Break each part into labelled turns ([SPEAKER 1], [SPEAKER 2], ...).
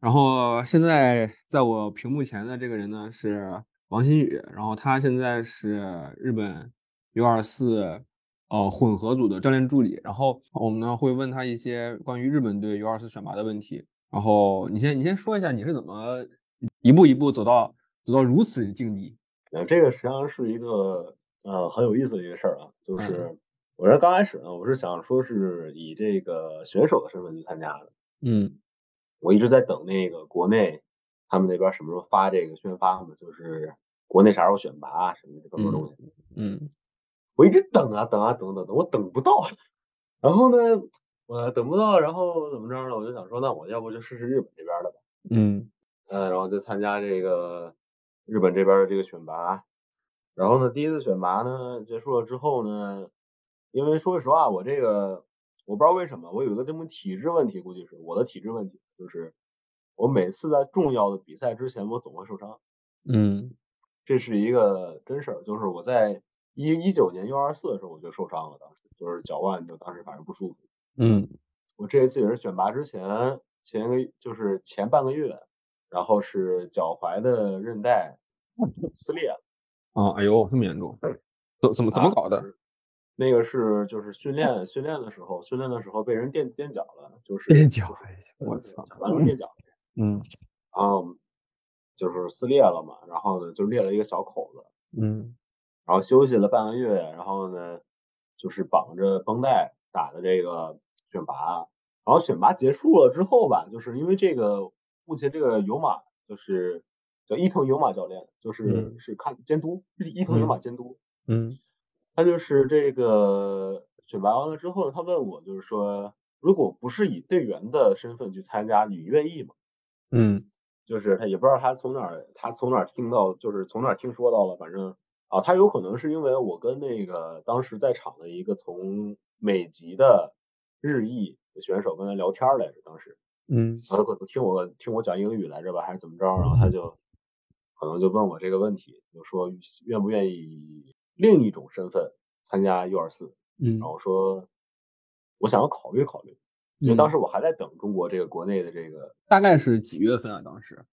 [SPEAKER 1] 然后现在在我屏幕前的这个人呢是王新宇，然后他现在是日本 U 二四呃混合组的教练助理。然后我们呢会问他一些关于日本队 U 二四选拔的问题。然后你先你先说一下你是怎么一步一步走到走到如此境地？
[SPEAKER 2] 呃，这个实际上是一个呃很有意思的一个事儿啊，就是我这刚开始呢，我是想说是以这个选手的身份去参加的，
[SPEAKER 1] 嗯
[SPEAKER 2] 我一直在等那个国内他们那边什么时候发这个宣发嘛，就是国内啥时候选拔啊什么这种东西，
[SPEAKER 1] 嗯
[SPEAKER 2] 我一直等啊等啊等等等，我等不到， 然后呢，我等不到，然后怎么着呢？我就想说，那我要不就试试日本这边的吧，
[SPEAKER 1] 嗯
[SPEAKER 2] 呃，然后就参加这个日本这边的这个选拔，然后呢，第一次选拔呢结束了之后呢，因为说实话，我这个我不知道为什么，我有一个这么体质问题，估计是我的体质问题，就是我每次在重要的比赛之前，我总会受伤，
[SPEAKER 1] 嗯
[SPEAKER 2] 这是一个真事儿，就是我在一一九年 U 二四的时候我就受伤了，当时就是脚腕就当时反正不舒服。
[SPEAKER 1] 嗯
[SPEAKER 2] 我这一次也是选拔之前前一个就是前半个月，然后是脚踝的 韧带撕裂了，
[SPEAKER 1] 啊哎呦这么严重，怎怎么怎么搞 的？
[SPEAKER 2] 啊？那个是就是训 练训练的时候，训练的时候被人垫垫脚了，就是
[SPEAKER 1] 垫脚
[SPEAKER 2] 就是
[SPEAKER 1] 哎呀我操
[SPEAKER 2] 脚腕垫脚，
[SPEAKER 1] 嗯
[SPEAKER 2] 然后就是撕裂了嘛，然后呢就裂了一个小口子，
[SPEAKER 1] 嗯
[SPEAKER 2] 然后休息了半个月，然后呢，就是绑着绷带打的这个选拔，然后选拔结束了之后吧，就是因为这个目前这个有马就是叫伊藤有马教练，就是
[SPEAKER 1] 嗯
[SPEAKER 2] 是看监督，是伊藤有马监督，
[SPEAKER 1] 嗯
[SPEAKER 2] 他就是这个选拔完了之后，他问我就是说，如果不是以队员的身份去参加，你愿意吗？
[SPEAKER 1] 嗯
[SPEAKER 2] 就是他也不知道他从哪儿，他从哪儿听到，就是从哪儿听说到了，反正啊，他有可能是因为我跟那个当时在场的一个从美籍的日裔的选手跟他聊天儿来着，当时
[SPEAKER 1] 嗯
[SPEAKER 2] 然后他可能听我听我讲英语来着吧，还是怎么着，然后他就可能就问我这个问题，就说愿不愿意以另一种身份参加 U 二四，
[SPEAKER 1] 嗯
[SPEAKER 2] 然后说我想要考虑考虑，
[SPEAKER 1] 嗯
[SPEAKER 2] 因为当时我还在等中国这个国内的这个，
[SPEAKER 1] 大概是几月份啊？当时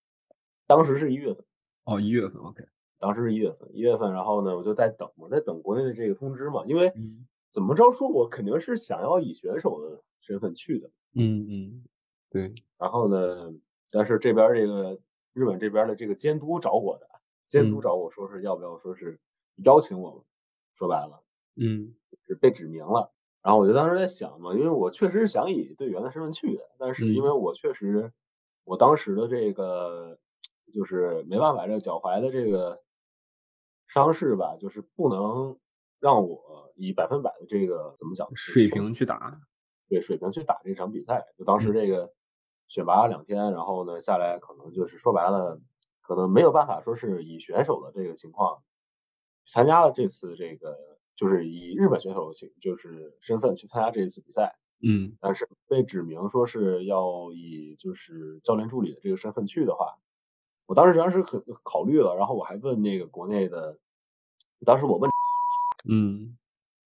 [SPEAKER 2] 当时是一月份。
[SPEAKER 1] 哦一月份 OK
[SPEAKER 2] 当时是一月份，一月份，然后呢，我就在等，我在等国内的这个通知嘛，因为
[SPEAKER 1] 嗯
[SPEAKER 2] 怎么着说，我肯定是想要以选手的身份去的。
[SPEAKER 1] 嗯嗯对
[SPEAKER 2] 然后呢，但是这边儿这个日本这边儿的这个监督找我的，监
[SPEAKER 1] 嗯
[SPEAKER 2] 督找我说是要不要说是邀请我嘛，说白了
[SPEAKER 1] 嗯
[SPEAKER 2] 是被指名了。然后我就当时在想嘛，因为我确实是想以队员的身份去的，但是因
[SPEAKER 1] 嗯
[SPEAKER 2] 为我确实我当时的这个就是没办法，这个脚踝的这个伤势吧，就是不能让我以百分百的这个怎么讲就是
[SPEAKER 1] 水
[SPEAKER 2] 手
[SPEAKER 1] 平去打
[SPEAKER 2] 对水平去打这场比赛。就当时这个选拔了两天，然后呢下来可能就是说白了，可能没有办法说是以选手的这个情况参加了这次这个，就是以日本选手的情就是身份去参加这一次比赛，
[SPEAKER 1] 嗯
[SPEAKER 2] 但是被指明说是要以就是教练助理的这个身份去的话，我当时实际上是很考虑了，然后我还问那个国内的，当时我问。
[SPEAKER 1] 嗯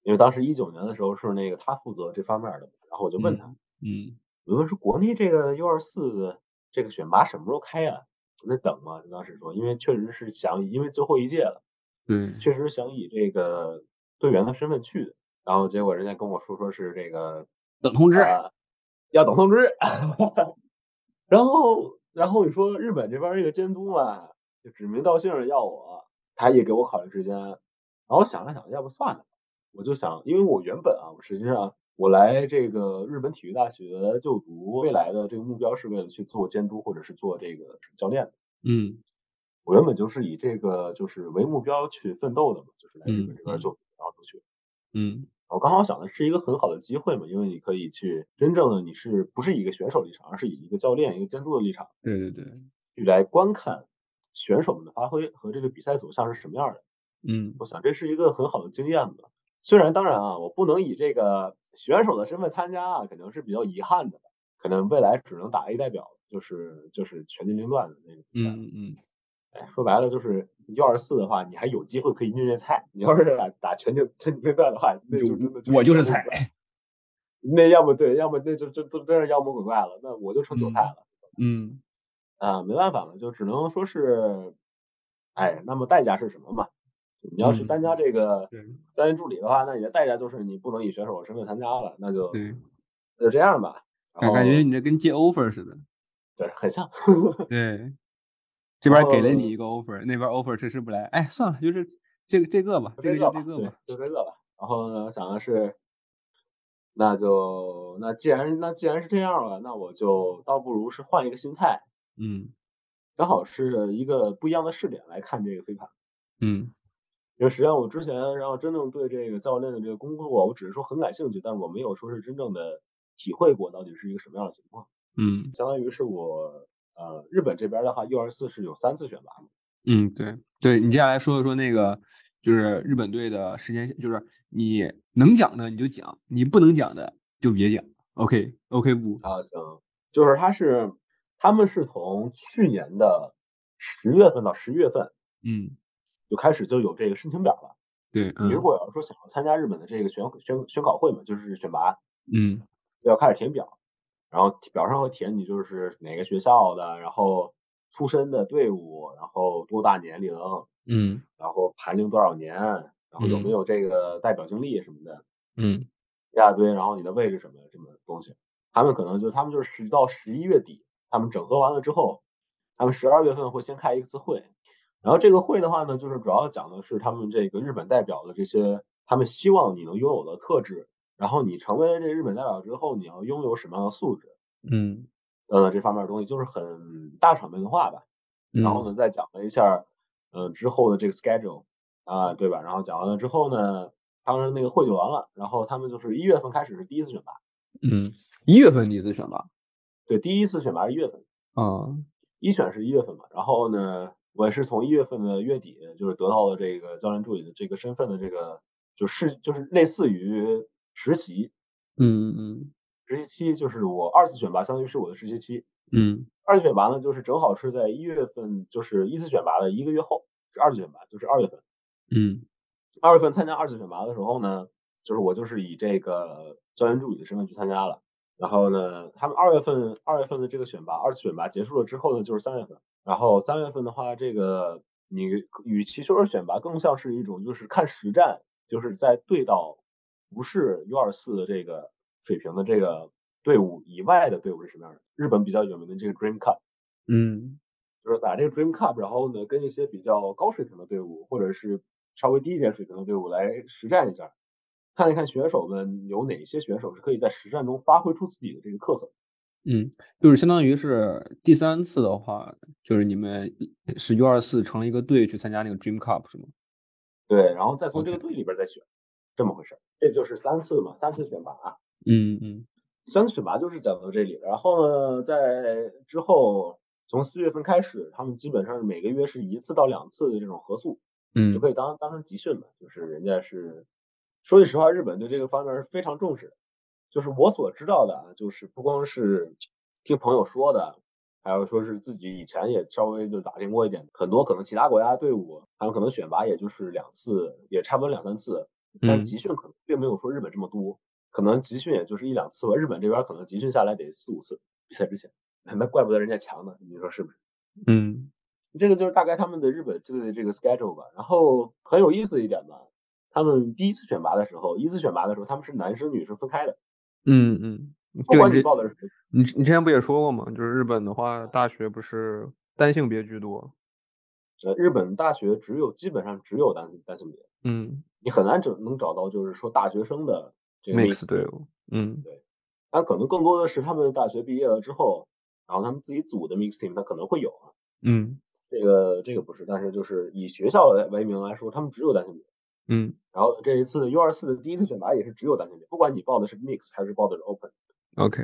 [SPEAKER 2] 因为当时一九年的时候是那个他负责这方面的，然后我就问他，
[SPEAKER 1] 嗯
[SPEAKER 2] 我就问说国内这个 U 二四的这个选拔什么时候开呀、我在等嘛，当时说，因为确实是想以，因为最后一届了，
[SPEAKER 1] 对
[SPEAKER 2] 确实想以这个队员的身份去的。然后结果人家跟我说说是这个
[SPEAKER 1] 等通知
[SPEAKER 2] 呃要等通知。 然后，然后你说日本这边这个监督嘛，就指名道姓的要我，他也给我考虑时间。然后我想了想，要不算了吧，我就想，因为我原本啊，我实际上我来这个日本体育大学就读，未来的这个目标是为了去做监督或者是做这个教练的。
[SPEAKER 1] 嗯
[SPEAKER 2] 我原本就是以这个就是为目标去奋斗的嘛，就是来日本这
[SPEAKER 1] 嗯
[SPEAKER 2] 边
[SPEAKER 1] 嗯
[SPEAKER 2] 就读然后出去。
[SPEAKER 1] 嗯
[SPEAKER 2] 我刚好想的是一个很好的机会嘛，因为你可以去真正的你是不是以一个选手立场，而是以一个教练、一个监督的立场
[SPEAKER 1] 对对对
[SPEAKER 2] 去来观看选手们的发挥和这个比赛走向是什么样的。
[SPEAKER 1] 嗯
[SPEAKER 2] 我想这是一个很好的经验吧。虽然当然啊，我不能以这个选手的身份参加啊，肯定是比较遗憾的，可能未来只能打 A 代表，就是就是拳击零段的那个比赛。
[SPEAKER 1] 嗯嗯
[SPEAKER 2] 哎，说白了就是幺二四的话，你还有机会可以虐虐菜。你要是打打拳击拳击零段的话，那就真的
[SPEAKER 1] 嗯我就是
[SPEAKER 2] 菜。
[SPEAKER 1] 菜
[SPEAKER 2] 那要么对，要么那就就就真是妖魔鬼怪了，那我就成韭菜
[SPEAKER 1] 嗯
[SPEAKER 2] 了。
[SPEAKER 1] 嗯
[SPEAKER 2] 啊，没办法了，就只能说是，哎，那么代价是什么嘛？你要是
[SPEAKER 1] 嗯
[SPEAKER 2] 参加这个
[SPEAKER 1] 对
[SPEAKER 2] 担任助理的话，那你的代价就是你不能以选手身份参加了，那就
[SPEAKER 1] 对，
[SPEAKER 2] 那就这样吧。然
[SPEAKER 1] 感
[SPEAKER 2] 后
[SPEAKER 1] 感觉你这跟接 offer 似的。
[SPEAKER 2] 对，很像。
[SPEAKER 1] 对，这
[SPEAKER 2] 然
[SPEAKER 1] 边给了
[SPEAKER 2] 后
[SPEAKER 1] 你一个 offer，那边 offer 迟迟不来，哎，算了，就是这个这个吧，这个
[SPEAKER 2] 这
[SPEAKER 1] 就
[SPEAKER 2] 吧，
[SPEAKER 1] 这个
[SPEAKER 2] 对
[SPEAKER 1] 吧。，
[SPEAKER 2] 就这个吧。然后呢，我想的是，那就那既然那既然是这样了，那我就倒不如是换一个心态，
[SPEAKER 1] 嗯
[SPEAKER 2] 刚好是一个不一样的视点来看这个飞盘。
[SPEAKER 1] 嗯
[SPEAKER 2] 因为实际上我之前，然后真正对这个教练的这个工作，我只是说很感兴趣，但是我没有说是真正的体会过到底是一个什么样的情况。
[SPEAKER 1] 嗯
[SPEAKER 2] 相当于是我呃日本这边的话，U 二四是有三次选拔的，
[SPEAKER 1] 嗯，对对，你接下来说一说那个，就是日本队的时间线，就是你能讲的你就讲，你不能讲的就别讲。OK OK 不？
[SPEAKER 2] 啊，行，就是他是他们是从去年的十月份到十一月份
[SPEAKER 1] 嗯，
[SPEAKER 2] 就开始就有这个申请表了。
[SPEAKER 1] 对，
[SPEAKER 2] 你如
[SPEAKER 1] 嗯
[SPEAKER 2] 果要是说想要参加日本的这个选选选考会嘛，就是选拔，
[SPEAKER 1] 嗯
[SPEAKER 2] 要开始填表，然后表上会填你就是哪个学校的，然后出身的队伍，然后多大年龄，
[SPEAKER 1] 嗯
[SPEAKER 2] 然后盘龄多少年，然后有没
[SPEAKER 1] 嗯
[SPEAKER 2] 有这个代表经历什么的，
[SPEAKER 1] 嗯
[SPEAKER 2] 一大堆，然后你的位置什么的这么东西。他们可能就他们就是十到十一月底，他们整合完了之后，他们十二月份会先开一次会，然后这个会的话呢，就是主要讲的是他们这个日本代表的这些，他们希望你能拥有的特质，然后你成为这日本代表之后，你要拥有什么样的素质，
[SPEAKER 1] 嗯
[SPEAKER 2] 呃，这方面的东西就是很大场面化吧。然后
[SPEAKER 1] 嗯
[SPEAKER 2] 呢，再讲了一下儿，嗯、之后的这个 schedule 啊，对吧？然后讲完了之后呢，当然那个会就完了，然后他们就是一月份开始是第一次选拔，
[SPEAKER 1] 嗯，一月份你的选拔
[SPEAKER 2] 对，第一次选拔是一月份，
[SPEAKER 1] 啊，
[SPEAKER 2] 一选是一月份嘛，然后呢，我也是从一月份的月底，就是得到了这个教练助理的这个身份的这个，就是就是类似于实习，
[SPEAKER 1] 嗯嗯
[SPEAKER 2] 实习期就是我二次选拔，相当于是我的实习期。
[SPEAKER 1] 嗯
[SPEAKER 2] 二次选拔呢，就是正好是在一月份，就是一次选拔的一个月后，是二次选拔，就是二月份。
[SPEAKER 1] 嗯
[SPEAKER 2] 二月份参加二次选拔的时候呢，就是我就是以这个教练助理的身份去参加了。然后呢，他们二月份二月份的这个选拔，二次选拔结束了之后呢，就是三月份。然后三月份的话，这个你与其说是选拔，更像是一种就是看实战，就是在对到不是 U 二四的这个水平的这个队伍以外的队伍是什么样的。日本比较有名的这个 Dream Cup，
[SPEAKER 1] 嗯
[SPEAKER 2] 就是把这个 Dream Cup，然后呢跟一些比较高水平的队伍，或者是稍微低一点水平的队伍来实战一下，看一看选手们有哪些选手是可以在实战中发挥出自己的这个特色。
[SPEAKER 1] 嗯，就是相当于是第三次的话，就是你们是 U 二四成了一个队去参加那个 Dream Cup 是吗？
[SPEAKER 2] 对，然后再从这个
[SPEAKER 1] OK
[SPEAKER 2] 队里边再选，这么回事儿。这就是三次嘛，三次选拔、
[SPEAKER 1] 嗯嗯
[SPEAKER 2] 三次选拔就是讲到这里。然后呢，在之后从四月份开始，他们基本上每个月是一次到两次的这种合宿，就
[SPEAKER 1] 嗯
[SPEAKER 2] 可以当当成集训吧。就是人家是说句实话，日本对这个方面是非常重视的。就是我所知道的啊，就是不光是听朋友说的，还有说是自己以前也稍微就打听过一点，很多可能其他国家的队伍，他们可能选拔也就是两次，也差不多两三次，但
[SPEAKER 1] 嗯
[SPEAKER 2] 集训可能并没有说日本这么多，可能集训也就是一两次吧。日本这边可能集训下来得四五次，比赛之前， 那怪不得人家强呢，你说是不是？
[SPEAKER 1] 嗯
[SPEAKER 2] 这个就是大概他们的日本队的这个 schedule 吧。然后很有意思的一点吧，他们第一次选拔的时候，一次选拔的时候他们是男生女生分开的，
[SPEAKER 1] 嗯嗯，
[SPEAKER 2] 不
[SPEAKER 1] 这个
[SPEAKER 2] 管
[SPEAKER 1] 你
[SPEAKER 2] 你
[SPEAKER 1] 之
[SPEAKER 2] 报的是谁，
[SPEAKER 1] 你之你之前不也说过吗？就是日本的话，大学不是单性别居多，
[SPEAKER 2] 呃，日本大学只有基本上只有单单性别，
[SPEAKER 1] 嗯
[SPEAKER 2] 你很难整能找到就是说大学生的这个
[SPEAKER 1] ，mix
[SPEAKER 2] mix，
[SPEAKER 1] 队伍，嗯
[SPEAKER 2] 但可能更多的是他们大学毕业了之后，然后他们自己组的 mix team，他可能会有啊，
[SPEAKER 1] 嗯
[SPEAKER 2] 这个这个不是，但是就是以学校来为名来说，他们只有单性别。
[SPEAKER 1] 嗯
[SPEAKER 2] 然后这一次的 U 二四的第一次选拔也是只有单性别，不管你报的是 mix 还是报的是 open。
[SPEAKER 1] ，OK，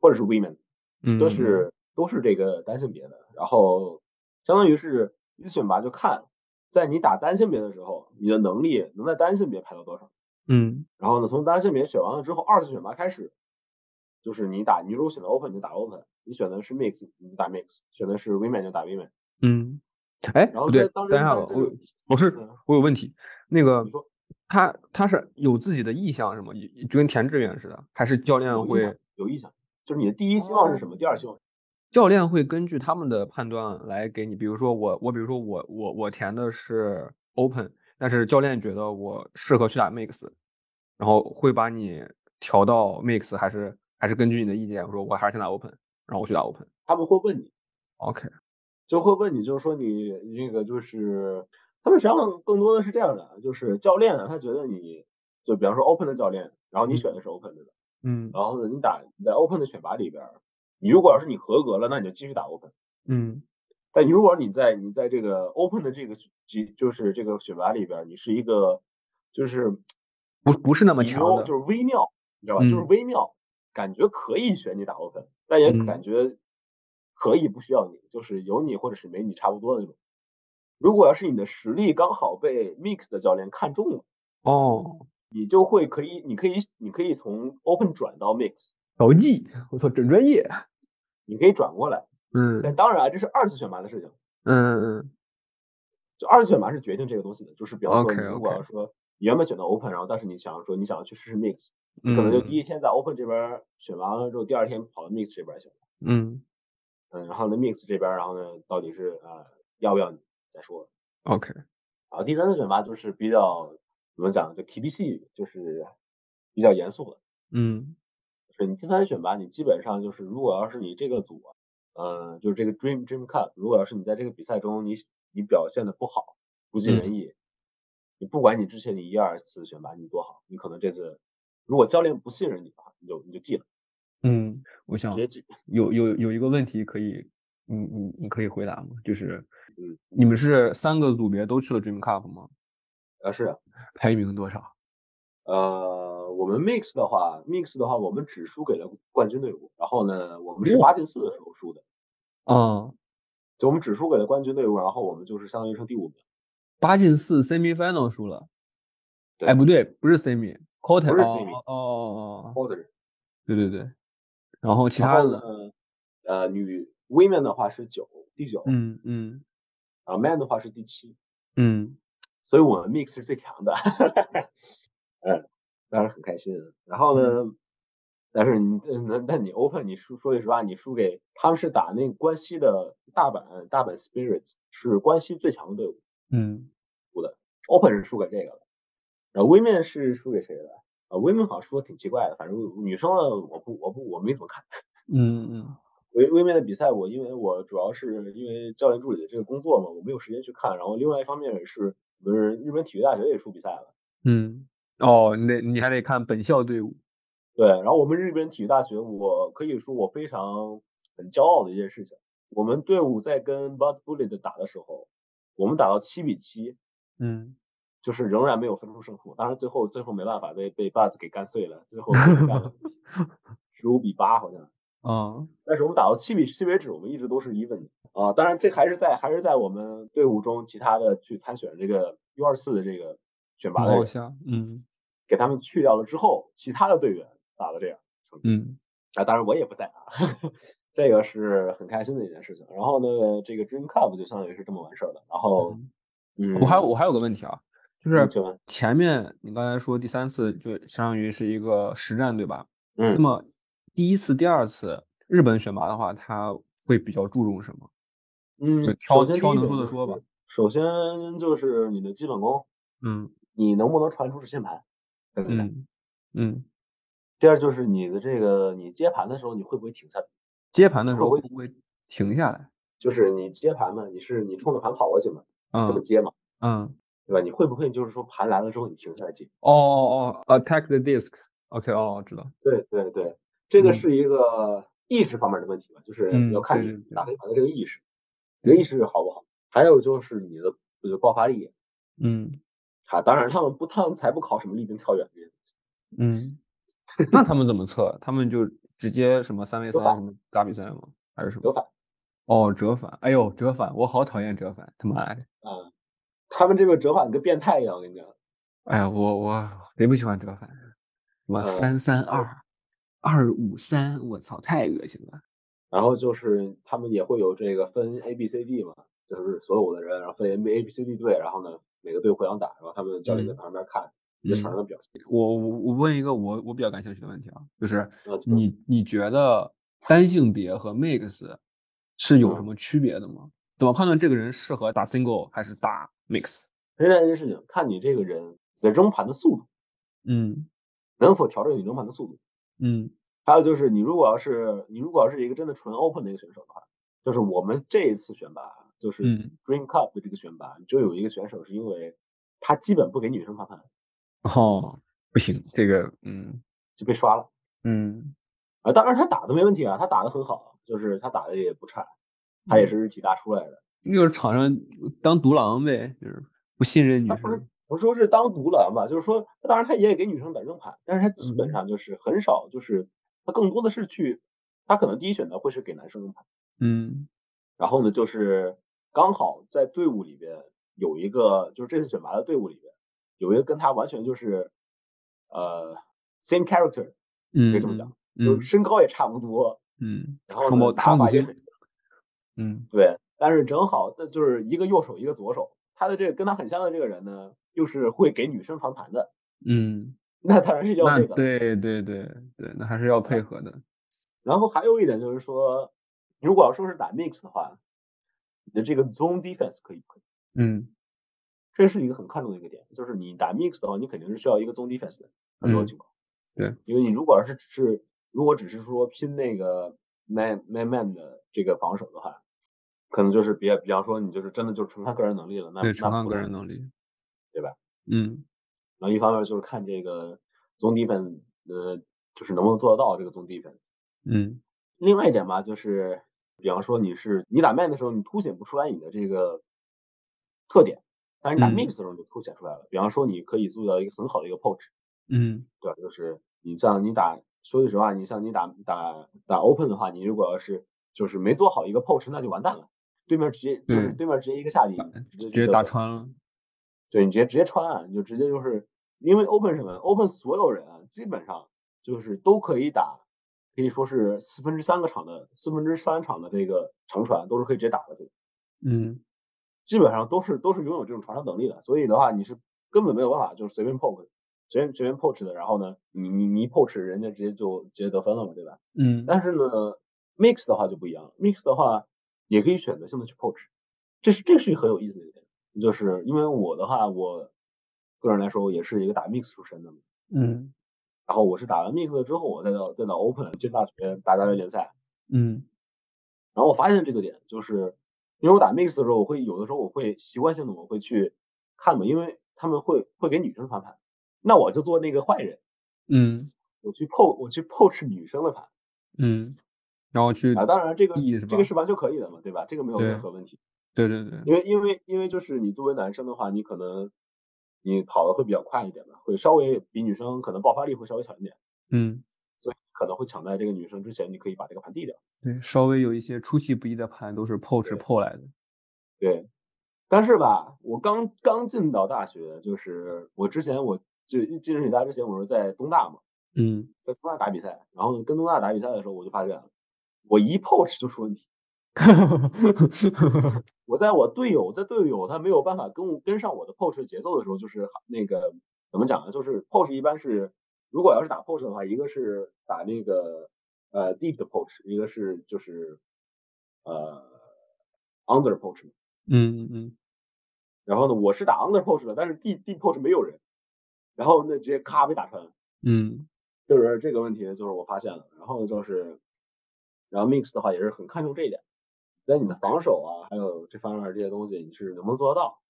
[SPEAKER 2] 或者是 women，
[SPEAKER 1] 嗯，
[SPEAKER 2] 都是、都是这个单性别的。然后相当于是一次选拔就看，在你打单性别的时候，你的能力能在单性别排到多少。
[SPEAKER 1] 嗯
[SPEAKER 2] 然后呢，从单性别选完了之后，二次选拔开始，就是你打，你如果选择 open 你就打 open，你选的是 mix 你就打 mix，选的是 women 就打 women。
[SPEAKER 1] 嗯，哎，
[SPEAKER 2] 然后
[SPEAKER 1] 不对
[SPEAKER 2] 在，当
[SPEAKER 1] 等一
[SPEAKER 2] 时
[SPEAKER 1] 下，
[SPEAKER 2] 在
[SPEAKER 1] 我
[SPEAKER 2] 这个
[SPEAKER 1] 我是
[SPEAKER 2] 嗯
[SPEAKER 1] 我有问题，那个
[SPEAKER 2] 你说
[SPEAKER 1] 他他是有自己的意向是吗？就跟填志愿似的，还是教练
[SPEAKER 2] 有意
[SPEAKER 1] 嗯会
[SPEAKER 2] 向有意向，就是你的第一希望
[SPEAKER 1] 哦
[SPEAKER 2] 是什么，第二希望是什么
[SPEAKER 1] 教练会根据他们的判断来给你，比如说我我比如说我我我填的是 open，但是教练觉得我适合去打 mix，然后会把你调到 mix，还是还是根据你的意见，我说我还是先打 open，然后我去打 open。
[SPEAKER 2] 他们会问你，
[SPEAKER 1] OK，
[SPEAKER 2] 就会问你，就是说你那个就是他们实际上更多的是这样的，就是教练啊，他觉得你就比方说 open 的教练，然后你
[SPEAKER 1] 嗯
[SPEAKER 2] 选的是 open 的，
[SPEAKER 1] 嗯
[SPEAKER 2] 然后呢，你打你在 Open 的选拔里边儿，你如果要是你合格了，那你就继续打 Open。
[SPEAKER 1] 嗯
[SPEAKER 2] 但你如果你在你在这个 Open 的这个集就是这个选拔里边儿，你是一个就是
[SPEAKER 1] 不不是那么
[SPEAKER 2] 你
[SPEAKER 1] 强
[SPEAKER 2] 有
[SPEAKER 1] 的
[SPEAKER 2] 就是微妙，你知道吧？就是
[SPEAKER 1] 嗯
[SPEAKER 2] 微妙，感觉可以选你打 Open，但也
[SPEAKER 1] 嗯
[SPEAKER 2] 感觉可以不需要你，就是有你或者是没你差不多的那种。如果要是你的实力刚好被 Mix 的教练看中了，
[SPEAKER 1] 哦，
[SPEAKER 2] 你就会可以，你可以，你可以从 Open 转到 Mix，
[SPEAKER 1] 调剂，我操，整专业，
[SPEAKER 2] 你可以转过来。
[SPEAKER 1] 嗯
[SPEAKER 2] 但当然啊，这是二次选拔的事情，
[SPEAKER 1] 嗯嗯
[SPEAKER 2] 就二次选拔是决定这个东西的。就是比方说，你
[SPEAKER 1] OK，OK
[SPEAKER 2] 如果要说你原本选择 Open，然后但是你想要说你想要去试试 Mix，
[SPEAKER 1] 嗯，
[SPEAKER 2] 可能就第
[SPEAKER 1] 一，
[SPEAKER 2] 一天在 Open 这边选完了之后，第二天跑到 Mix 这边去了。
[SPEAKER 1] 嗯
[SPEAKER 2] 嗯，然后呢 Mix 这边，然后呢到底是呃要不要你再说。
[SPEAKER 1] ，OK，
[SPEAKER 2] 然后第三次选拔就是比较怎么讲，就 KBC 就是比较严肃的。
[SPEAKER 1] 嗯
[SPEAKER 2] 就是你第三次选拔，你基本上就是如果要是你这个组，呃，就是这个 Dream Dream Cup，如果要是你在这个比赛中你你表现的不好，不尽人意，你不管你之前你一二次选拔你多好，你可能这次如果教练不信任你的话，你就你就记了，
[SPEAKER 1] 嗯，我想
[SPEAKER 2] 直接记。
[SPEAKER 1] 有有有一个问题可以，你你你可以回答吗？就是，
[SPEAKER 2] 嗯，
[SPEAKER 1] 你们是三个组别都去了 Dream Cup 吗？
[SPEAKER 2] 呃，是，
[SPEAKER 1] 排名多少？
[SPEAKER 2] 呃，我们 Mix 的话，Mix 的话，我们只输给了冠军队伍，然后呢，我们是八进四的时候输的，
[SPEAKER 1] 嗯，
[SPEAKER 2] 就我们只输给了冠军队伍，然后我们就是相当于成第五名，
[SPEAKER 1] 八进四 semi final 输了。
[SPEAKER 2] 对
[SPEAKER 1] 哎，不对，不是 semi，quarter
[SPEAKER 2] 不是
[SPEAKER 1] 哦
[SPEAKER 2] semi
[SPEAKER 1] 哦哦哦哦，
[SPEAKER 2] 或者是
[SPEAKER 1] 对对对。然后其
[SPEAKER 2] 然
[SPEAKER 1] 他
[SPEAKER 2] 后
[SPEAKER 1] 的，
[SPEAKER 2] 呢，呃，女 women 的话是九，第九，
[SPEAKER 1] 嗯嗯
[SPEAKER 2] 然后 man 的话是第七，
[SPEAKER 1] 嗯
[SPEAKER 2] 所以我们 mix 是最强的， 嗯，当然很开心。啊然后呢，
[SPEAKER 1] 嗯
[SPEAKER 2] 但是你呃那那你 open 你输说句实话，你输给他们是打那个关西的大阪大阪 spirit 是关西最强的队伍
[SPEAKER 1] 嗯
[SPEAKER 2] ，open 是输给这个了，然后 women 是输给谁的？啊，women 好像输的挺奇怪的，反正女生的我不我不我没怎么看。
[SPEAKER 1] 嗯嗯
[SPEAKER 2] 微微面的比赛，我因为我主要是因为教练助理的这个工作嘛，我没有时间去看。然后另外一方面也是，我们日本体育大学也出比赛了，
[SPEAKER 1] 嗯。哦，你得你还得看本校队伍。
[SPEAKER 2] 对。然后我们日本体育大学，我可以说我非常很骄傲的一件事情，我们队伍在跟 Bud Bullet 打的时候，我们打到七比七，
[SPEAKER 1] 嗯，
[SPEAKER 2] 就是仍然没有分出胜负。当然最后最后没办法被被 Buzz 给干碎了，最后 十五比八好像。
[SPEAKER 1] 哦，
[SPEAKER 2] 但是我们打到七比七为止，我们一直都是一分啊。当然，这还是在还是在我们队伍中其他的去参选这个 U 二四的这个选拔的
[SPEAKER 1] 往
[SPEAKER 2] 人
[SPEAKER 1] 下，嗯
[SPEAKER 2] 给他们去掉了之后，其他的队员打的这样
[SPEAKER 1] 嗯
[SPEAKER 2] 啊。当然我也不在啊， 这个是很开心的一件事情。然后呢，这个 Dream Cup 就相当于是这么完事儿了。然后，
[SPEAKER 1] 嗯。
[SPEAKER 2] 嗯，
[SPEAKER 1] 我还有我还有个问题啊，就是
[SPEAKER 2] 嗯请问
[SPEAKER 1] 前面你刚才说第三次就相当于是一个实战，对吧？那
[SPEAKER 2] 嗯，
[SPEAKER 1] 么第一次、第二次日本选拔的话，他会比较注重什么？
[SPEAKER 2] 嗯
[SPEAKER 1] 就，挑
[SPEAKER 2] 首先第
[SPEAKER 1] 挑
[SPEAKER 2] 一
[SPEAKER 1] 能
[SPEAKER 2] 点
[SPEAKER 1] 说的
[SPEAKER 2] 就是
[SPEAKER 1] 说吧。
[SPEAKER 2] 首先就是你的基本功，
[SPEAKER 1] 嗯
[SPEAKER 2] 你能不能传出直线盘，对不对？
[SPEAKER 1] 嗯嗯，
[SPEAKER 2] 第二就是你的这个，你接盘的时候你会不会停下来？
[SPEAKER 1] 接盘的时
[SPEAKER 2] 会
[SPEAKER 1] 候
[SPEAKER 2] 不
[SPEAKER 1] 会
[SPEAKER 2] 会
[SPEAKER 1] 不会停下来？
[SPEAKER 2] 就是你接盘嘛，你是你冲着盘跑过去嘛，这么
[SPEAKER 1] 嗯
[SPEAKER 2] 接嘛，
[SPEAKER 1] 嗯，
[SPEAKER 2] 对吧？你会不会就是说盘来了之后你停下来接？
[SPEAKER 1] 哦哦哦，attack the disc。OK，哦，知道。
[SPEAKER 2] 对对对，这个
[SPEAKER 1] 嗯
[SPEAKER 2] 是一个意识方面的问题吧，就是
[SPEAKER 1] 嗯
[SPEAKER 2] 要看
[SPEAKER 1] 对
[SPEAKER 2] 你
[SPEAKER 1] 对嗯对
[SPEAKER 2] 打黑盘的这个意识，你的意识好不好？还有就是你的就是爆发力
[SPEAKER 1] 嗯
[SPEAKER 2] 啊，当然他们不，他们才不考什么立定跳远这些东西，
[SPEAKER 1] 嗯，那他们怎么测？他们就直接什么三 v
[SPEAKER 2] 折
[SPEAKER 1] 三
[SPEAKER 2] 返
[SPEAKER 1] 什么打比赛吗？还是什么？
[SPEAKER 2] 折返
[SPEAKER 1] 哦，折返，哎呦，折返，我好讨厌折返，他妈的，
[SPEAKER 2] 啊，他们这个折返跟变态一样，我跟你讲，
[SPEAKER 1] 哎呀，我我谁不喜欢折返？什么
[SPEAKER 2] 嗯
[SPEAKER 1] 三三二，二五三，我操，太恶心了。
[SPEAKER 2] 然后就是他们也会有这个分 A、B、C、D 嘛，就是所有的人，然后分 A、B、C、D 队，然后呢每个队互相打，然后他们教练在
[SPEAKER 1] 嗯
[SPEAKER 2] 旁边看你的场上的表现。
[SPEAKER 1] 我我我问一个我我比较感兴趣的问题啊，就是
[SPEAKER 2] 那就
[SPEAKER 1] 你你觉得单性别和 mix 是有什么区别的吗？怎么判断这个人适合打 single 还是打 mix？
[SPEAKER 2] 现在这件事情，看你这个人的扔盘的速度
[SPEAKER 1] 嗯
[SPEAKER 2] 能否调整你扔盘的速度。
[SPEAKER 1] 嗯
[SPEAKER 2] 还有就是，你如果要是你如果要是一个真的纯 open 的一个选手的话，就是我们这一次选拔，就是
[SPEAKER 1] 嗯，
[SPEAKER 2] Dream Cup 的这个选拔，就有一个选手是因为他基本不给女生看盘
[SPEAKER 1] 哦，不行，这个嗯
[SPEAKER 2] 就被刷了
[SPEAKER 1] 嗯
[SPEAKER 2] 啊。当然他打的没问题啊，他打的很好，就是他打的也不差，他也
[SPEAKER 1] 嗯
[SPEAKER 2] 是日体大出来的。
[SPEAKER 1] 就是场上当独狼呗，就是不信任女
[SPEAKER 2] 他不是
[SPEAKER 1] 生。
[SPEAKER 2] 不是说是当独狼吧，就是说，当然他也给女生打扔盘，但是他基
[SPEAKER 1] 嗯
[SPEAKER 2] 本上就是很少，就是他更多的是去，他可能第一选择会是给男生扔盘，
[SPEAKER 1] 嗯
[SPEAKER 2] 然后呢，就是刚好在队伍里边有一个，就是这次选拔的队伍里边有一个跟他完全就是，呃，same character，
[SPEAKER 1] 嗯，
[SPEAKER 2] 可以这么讲，
[SPEAKER 1] 嗯，
[SPEAKER 2] 就是身高也差不多，
[SPEAKER 1] 嗯
[SPEAKER 2] 然后
[SPEAKER 1] 双
[SPEAKER 2] 呢
[SPEAKER 1] 胞
[SPEAKER 2] 打
[SPEAKER 1] 双
[SPEAKER 2] 法
[SPEAKER 1] 子
[SPEAKER 2] 也
[SPEAKER 1] 星
[SPEAKER 2] 很
[SPEAKER 1] 嗯
[SPEAKER 2] 对，但是正好那就是一个右手一个左手，他的这个跟他很像的这个人呢，又是会给女生传盘的。
[SPEAKER 1] 嗯，
[SPEAKER 2] 那当然是要
[SPEAKER 1] 那
[SPEAKER 2] 这个了。
[SPEAKER 1] 对对对对，那还是要配合的。
[SPEAKER 2] 然后还有一点就是说，如果要说是打 mix 的话，你的这个 zone defense 可以不可以？
[SPEAKER 1] 嗯
[SPEAKER 2] 这是一个很看重的一个点，就是你打 mix 的话，你肯定是需要一个 zone defense 的，很多
[SPEAKER 1] 嗯
[SPEAKER 2] 情况。
[SPEAKER 1] 对，
[SPEAKER 2] 因为你如果要是只是如果只是说拼那个 man man man 的这个防守的话，可能就是比比方说你就是真的就是纯看个人能力了，那
[SPEAKER 1] 对，全
[SPEAKER 2] 那
[SPEAKER 1] 看
[SPEAKER 2] 不
[SPEAKER 1] 个
[SPEAKER 2] 太
[SPEAKER 1] 人
[SPEAKER 2] 可能
[SPEAKER 1] 能力，
[SPEAKER 2] 对吧？
[SPEAKER 1] 嗯
[SPEAKER 2] 然后一方面就是看这个 zone defense，呃，就是能不能做得到这个 zone defense。
[SPEAKER 1] 嗯
[SPEAKER 2] 另外一点吧，就是比方说你是你打 man 的时候，你凸显不出来你的这个特点，但是你打
[SPEAKER 1] 嗯
[SPEAKER 2] mix 的时候你就凸显出来了。比方说你可以做到一个很好的一个 poach，
[SPEAKER 1] 嗯
[SPEAKER 2] 对吧？就是你像你打，说句实话，你像你打打打 open 的话，你如果要是就是没做好一个 poach，那就完蛋了。对面直接就是
[SPEAKER 1] 对
[SPEAKER 2] 对面直接一个下底
[SPEAKER 1] 打，直
[SPEAKER 2] 直接就
[SPEAKER 1] 接
[SPEAKER 2] 得
[SPEAKER 1] 打
[SPEAKER 2] 分
[SPEAKER 1] 穿了。
[SPEAKER 2] 对你直接直接穿啊，你就直接就是因为 open 什么，open 所有人啊，基本上就是都可以打，可以说是四分之三个场的四分之三场的这个长传都是可以直接打的，
[SPEAKER 1] 嗯
[SPEAKER 2] 基本上都是都是拥有这种传上能力的，所以的话你是根本没有办法就是随便 poke，随便随便 poach 的，然后呢你你你一 poach 人家直接就直接得分了嘛，对吧？
[SPEAKER 1] 嗯
[SPEAKER 2] 但是呢 mix 的话就不一样了，mix 的话也可以选择性的去 poach，这是这是很有意思的一点，就是因为我的话，我个人来说我也是一个打 mix 出身的嘛，
[SPEAKER 1] 嗯
[SPEAKER 2] 然后我是打完 mix 了之后，我再到再到 open 进大学打大学联赛，
[SPEAKER 1] 嗯
[SPEAKER 2] 然后我发现这个点就是，因为我打 mix 的时候，我会有的时候我会习惯性的我会去看嘛，因为他们会会给女生翻盘，那我就做那个坏人，
[SPEAKER 1] 嗯
[SPEAKER 2] 我去 po 我去 poach 女生的盘。
[SPEAKER 1] 嗯，然后去
[SPEAKER 2] 啊，当然这个
[SPEAKER 1] 意义是
[SPEAKER 2] 这
[SPEAKER 1] 吧
[SPEAKER 2] 个是完全可以的嘛，对吧？这个没有
[SPEAKER 1] 对
[SPEAKER 2] 任何问题，
[SPEAKER 1] 对对对，
[SPEAKER 2] 因为因为因为就是你作为男生的话，你可能你跑的会比较快一点嘛，会稍微比女生可能爆发力会稍微强一点，
[SPEAKER 1] 嗯
[SPEAKER 2] 所以可能会抢在这个女生之前，你可以把这个盘递掉。
[SPEAKER 1] 对，稍微有一些出其不意的盘都是 poach
[SPEAKER 2] 对
[SPEAKER 1] p 来的。
[SPEAKER 2] 对，但是吧，我刚刚进到大学，就是我之前我就进入北大之前，我是在东大嘛，
[SPEAKER 1] 嗯
[SPEAKER 2] 在东大打比赛，然后跟东大打比赛的时候，我就发现了，我一 poach 就出问题。
[SPEAKER 1] 嗯
[SPEAKER 2] 我在我队友在队友他没有办法跟我跟上我的 poach 节奏的时候，就是那个怎么讲呢？就是 poach 一般是如果要是打 poach 的话，一个是打那个呃 deep 的 poach，一个是就是呃 under poach。
[SPEAKER 1] 嗯嗯
[SPEAKER 2] 然后呢，我是打 under poach 的，但是 deep deep poach 没有人，然后那直接咔被打穿。
[SPEAKER 1] 嗯
[SPEAKER 2] 就是这个问题，就是我发现了。然后就是，然后 mix 的话也是很看重这一点，在你的防守啊，还有这方面这些东西，你是能不能做得到？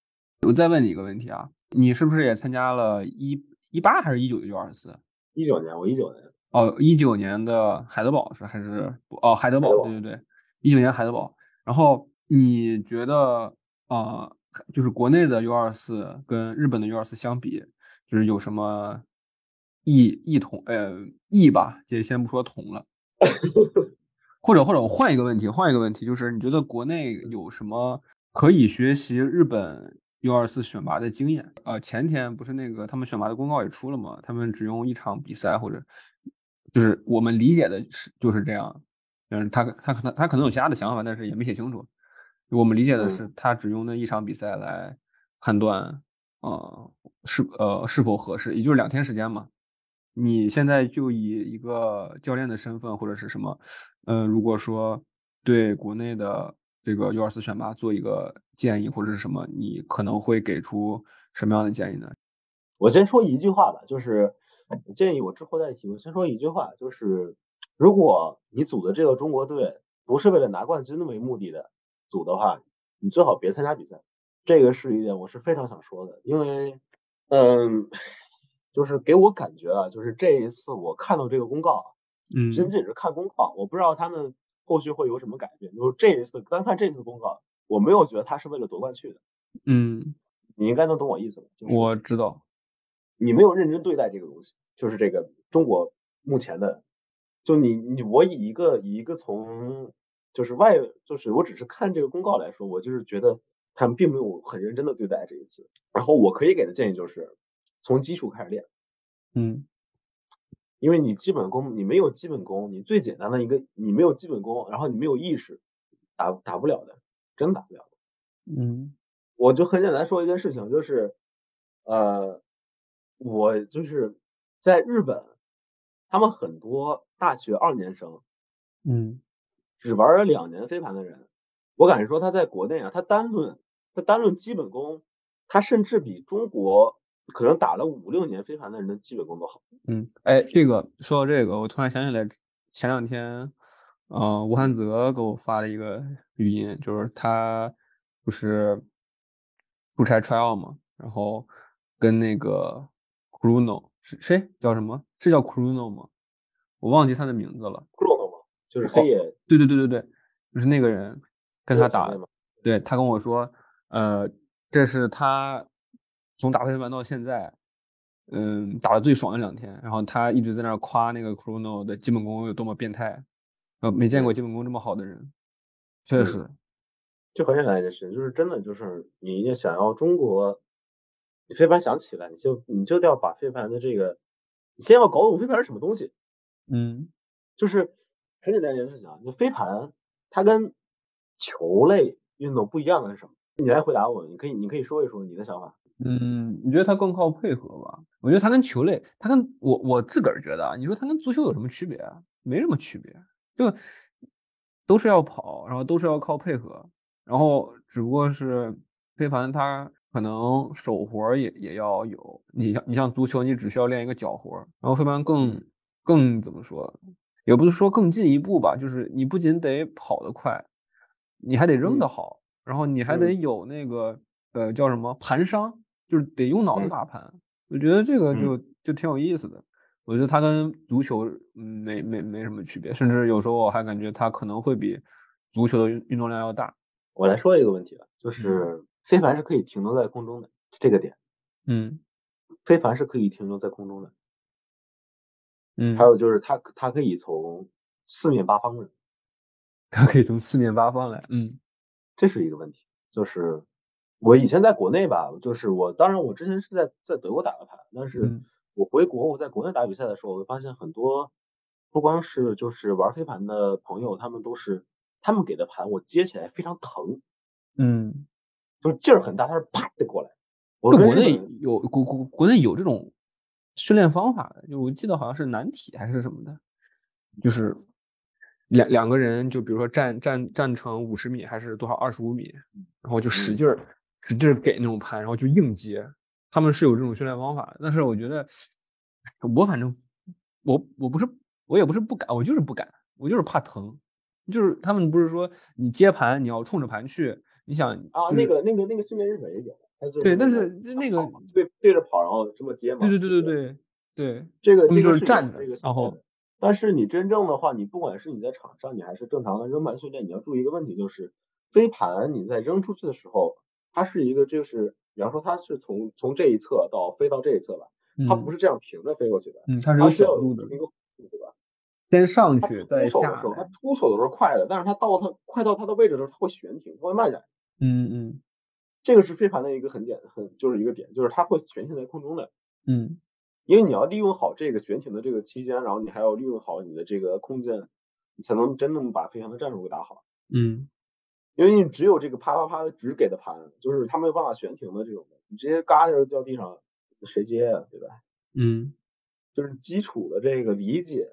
[SPEAKER 1] 我再问你一个问题啊，你是不是也参加了一一八还是一九的 U 二啊四？
[SPEAKER 2] 一九年，我一九年，
[SPEAKER 1] 哦，一九年的海德堡是还是不哦海德
[SPEAKER 2] 德
[SPEAKER 1] 堡？
[SPEAKER 2] 堡
[SPEAKER 1] 对对对，一九年海德堡。然后你觉得呃，就是国内的 U 二四跟日本的 U 二四相比，就是有什么异异同呃异吧？这先不说同了，或者或者我换一个问题，换一个问题，就是你觉得国内有什么可以学习日本 U 二四选拔的经验？呃，前天不是那个他们选拔的公告也出了嘛，他们只用一场比赛或者就是我们理解的是就是这样，嗯，他他可能他可能有其他的想法，但是也没写清楚。我们理解的
[SPEAKER 2] 嗯
[SPEAKER 1] 是，他只用那一场比赛来判断，呃，是呃是否合适，也就是两天时间嘛。你现在就以一个教练的身份或者是什么，呃，如果说对国内的这个 U 二四选拔做一个建议或者是什么，你可能会给出什么样的建议呢？
[SPEAKER 2] 我先说一句话吧，就是我建议我之后再提。我先说一句话，就是如果你组的这个中国队不是为了拿冠军为目的的组的话，你最好别参加比赛。这个是一点，我是非常想说的，因为，嗯，就是给我感觉啊，就是这一次我看到这个公告啊，
[SPEAKER 1] 嗯
[SPEAKER 2] 仅仅是看公告，我不知道他们后续会有什么改变。就是这一次，单看这次公告，我没有觉得他是为了夺冠去的。
[SPEAKER 1] 嗯，
[SPEAKER 2] 你应该能懂我意思吧？就是
[SPEAKER 1] 我知道，
[SPEAKER 2] 你没有认真对待这个东西，就是这个中国目前的，就你你我以一个以一个从就是外就是我只是看这个公告来说，我就是觉得他们并没有很认真的对待这一次。然后我可以给的建议就是从基础开始练，
[SPEAKER 1] 嗯
[SPEAKER 2] 因为你基本功你没有基本功，你最简单的一个你没有基本功，然后你没有意识，打打不了的，真打不了的。
[SPEAKER 1] 嗯
[SPEAKER 2] 我就很简单说一件事情，就是，呃，我就是在日本，他们很多大学二年生
[SPEAKER 1] 嗯
[SPEAKER 2] 只玩了两年飞盘的人，我敢说他在国内啊，他单论他单论基本功，他甚至比中国可能打了五六年飞盘的人的基本功都好。
[SPEAKER 1] 嗯，哎，这个说到这个，我突然想起来前两天，呃，吴汉泽给我发了一个语音，就是他不是出差 trial 嘛，然后跟那个 Kuruno 是谁叫什么？是叫 Kuruno 吗？我忘记他的名字了。
[SPEAKER 2] 知道吗？就是黑野
[SPEAKER 1] 对对对对对，就是那个人跟他
[SPEAKER 2] 黑野小
[SPEAKER 1] 打
[SPEAKER 2] 妹，嘛，
[SPEAKER 1] 对他跟我说，呃，这是他从打飞盘到现在，嗯，打的最爽的两天。然后他一直在那儿夸那个 Chrono 的基本功有多么变态，呃，没见过基本功这么好的人，确
[SPEAKER 2] 嗯
[SPEAKER 1] 实，
[SPEAKER 2] 就很简单一件事情，就是真的就是你要想要中国，你飞盘想起来，你就你就要把飞盘的这个，你先要搞懂飞盘是什么东西，
[SPEAKER 1] 嗯
[SPEAKER 2] 就是很简单一件事情啊。你飞盘它跟球类运动不一样的是什么？你来回答我，你可以你可以说一说你的想法。
[SPEAKER 1] 嗯，你觉得他更靠配合吧？我觉得他跟球类，他跟我我自个儿觉得啊，你说他跟足球有什么区别啊？没什么区别，就都是要跑，然后都是要靠配合，然后只不过是飞盘他可能手活儿也也要有，你像你像足球，你只需要练一个脚活儿，然后飞盘更更怎么说，也不是说更进一步吧，就是你不仅得跑得快，你还得扔得
[SPEAKER 2] 嗯
[SPEAKER 1] 好，然后你还得
[SPEAKER 2] 嗯
[SPEAKER 1] 有那个呃叫什么盘商，就是得用脑子
[SPEAKER 2] 嗯
[SPEAKER 1] 打盘。我觉得这个
[SPEAKER 2] 嗯
[SPEAKER 1] 就就挺有意思的。我觉得它跟足球嗯没没没什么区别，甚至有时候我还感觉它可能会比足球的运运动量要大。
[SPEAKER 2] 我来说一个问题吧，
[SPEAKER 1] 嗯
[SPEAKER 2] 就是飞盘是可以停留在空中的这个点，
[SPEAKER 1] 嗯
[SPEAKER 2] 飞盘是可以停留在空中的，
[SPEAKER 1] 嗯
[SPEAKER 2] 还，有就是它它可以从四面八方的
[SPEAKER 1] 它 可以从四面八方来。嗯
[SPEAKER 2] 这是一个问题。就是我以前在国内吧，就是我当然我之前是在在德国打的牌，但是
[SPEAKER 1] 嗯
[SPEAKER 2] 我回国我在国内打比赛的时候，我会发现很多不光是就是玩飞盘的朋友，他们都是他们给的盘我接起来非常疼，
[SPEAKER 1] 嗯，
[SPEAKER 2] 就是劲儿很大，它是啪的过来。我
[SPEAKER 1] 那
[SPEAKER 2] 跟
[SPEAKER 1] 国
[SPEAKER 2] 日本
[SPEAKER 1] 内
[SPEAKER 2] 人
[SPEAKER 1] 有国国国内有这种训练方法的，就是我记得好像是南体还是什么的，就是两两个人就比如说站站站成五十米还是多少二十五米，然后就使
[SPEAKER 2] 嗯
[SPEAKER 1] 劲儿使劲儿给那种盘，然后就硬接，他们是有这种训练方法的，但是我觉得我反正我我不是我也不是不敢，我就是不敢，我就是怕疼，就是他们不是说你接盘你要冲着盘去，你想
[SPEAKER 2] 啊，
[SPEAKER 1] 就
[SPEAKER 2] 那
[SPEAKER 1] 是。
[SPEAKER 2] 个那个那个训练日本也有，他就是
[SPEAKER 1] 对，
[SPEAKER 2] 那
[SPEAKER 1] 但
[SPEAKER 2] 个
[SPEAKER 1] 是这那个
[SPEAKER 2] 对对着跑，然后这么接嘛，
[SPEAKER 1] 对对
[SPEAKER 2] 就
[SPEAKER 1] 对
[SPEAKER 2] 是
[SPEAKER 1] 对对对，
[SPEAKER 2] 这个
[SPEAKER 1] 他们
[SPEAKER 2] 这
[SPEAKER 1] 就是
[SPEAKER 2] 个是有
[SPEAKER 1] 站着，
[SPEAKER 2] 这个训
[SPEAKER 1] 然
[SPEAKER 2] 练
[SPEAKER 1] 后
[SPEAKER 2] 的，但是你真正的话，你不管是你在场上，你还是正常的扔盘训练，你要注意一个问题，就是飞盘你在扔出去的时候，它是一个就是，比方说它是从从这一侧到飞到这一侧吧，它不
[SPEAKER 1] 嗯
[SPEAKER 2] 是这样平着飞过去的，
[SPEAKER 1] 嗯，它是
[SPEAKER 2] 它
[SPEAKER 1] 有
[SPEAKER 2] 是
[SPEAKER 1] 角
[SPEAKER 2] 要有
[SPEAKER 1] 度的，
[SPEAKER 2] 这么一个弧度的吧？
[SPEAKER 1] 先上
[SPEAKER 2] 它
[SPEAKER 1] 去
[SPEAKER 2] 出
[SPEAKER 1] 再
[SPEAKER 2] 手的
[SPEAKER 1] 下
[SPEAKER 2] 时候，它
[SPEAKER 1] 来，
[SPEAKER 2] 出手的时候快的，但是它到它快到它的位置的时候，它会悬停，它会慢下来。
[SPEAKER 1] 嗯
[SPEAKER 2] 这个是飞盘的一个很点，很就是一个点，就是它会悬停在空中的。
[SPEAKER 1] 嗯嗯
[SPEAKER 2] 因为你要利用好这个悬停的这个期间，然后你还要利用好你的这个空间，你才能真正把飞翔的战术给打好。
[SPEAKER 1] 嗯
[SPEAKER 2] 因为你只有这个啪啪啪的直给的盘，就是他没有办法悬停的这种的，你直接嘎一下就掉地啊上，谁接呀、对吧？
[SPEAKER 1] 嗯
[SPEAKER 2] 就是基础的这个理解，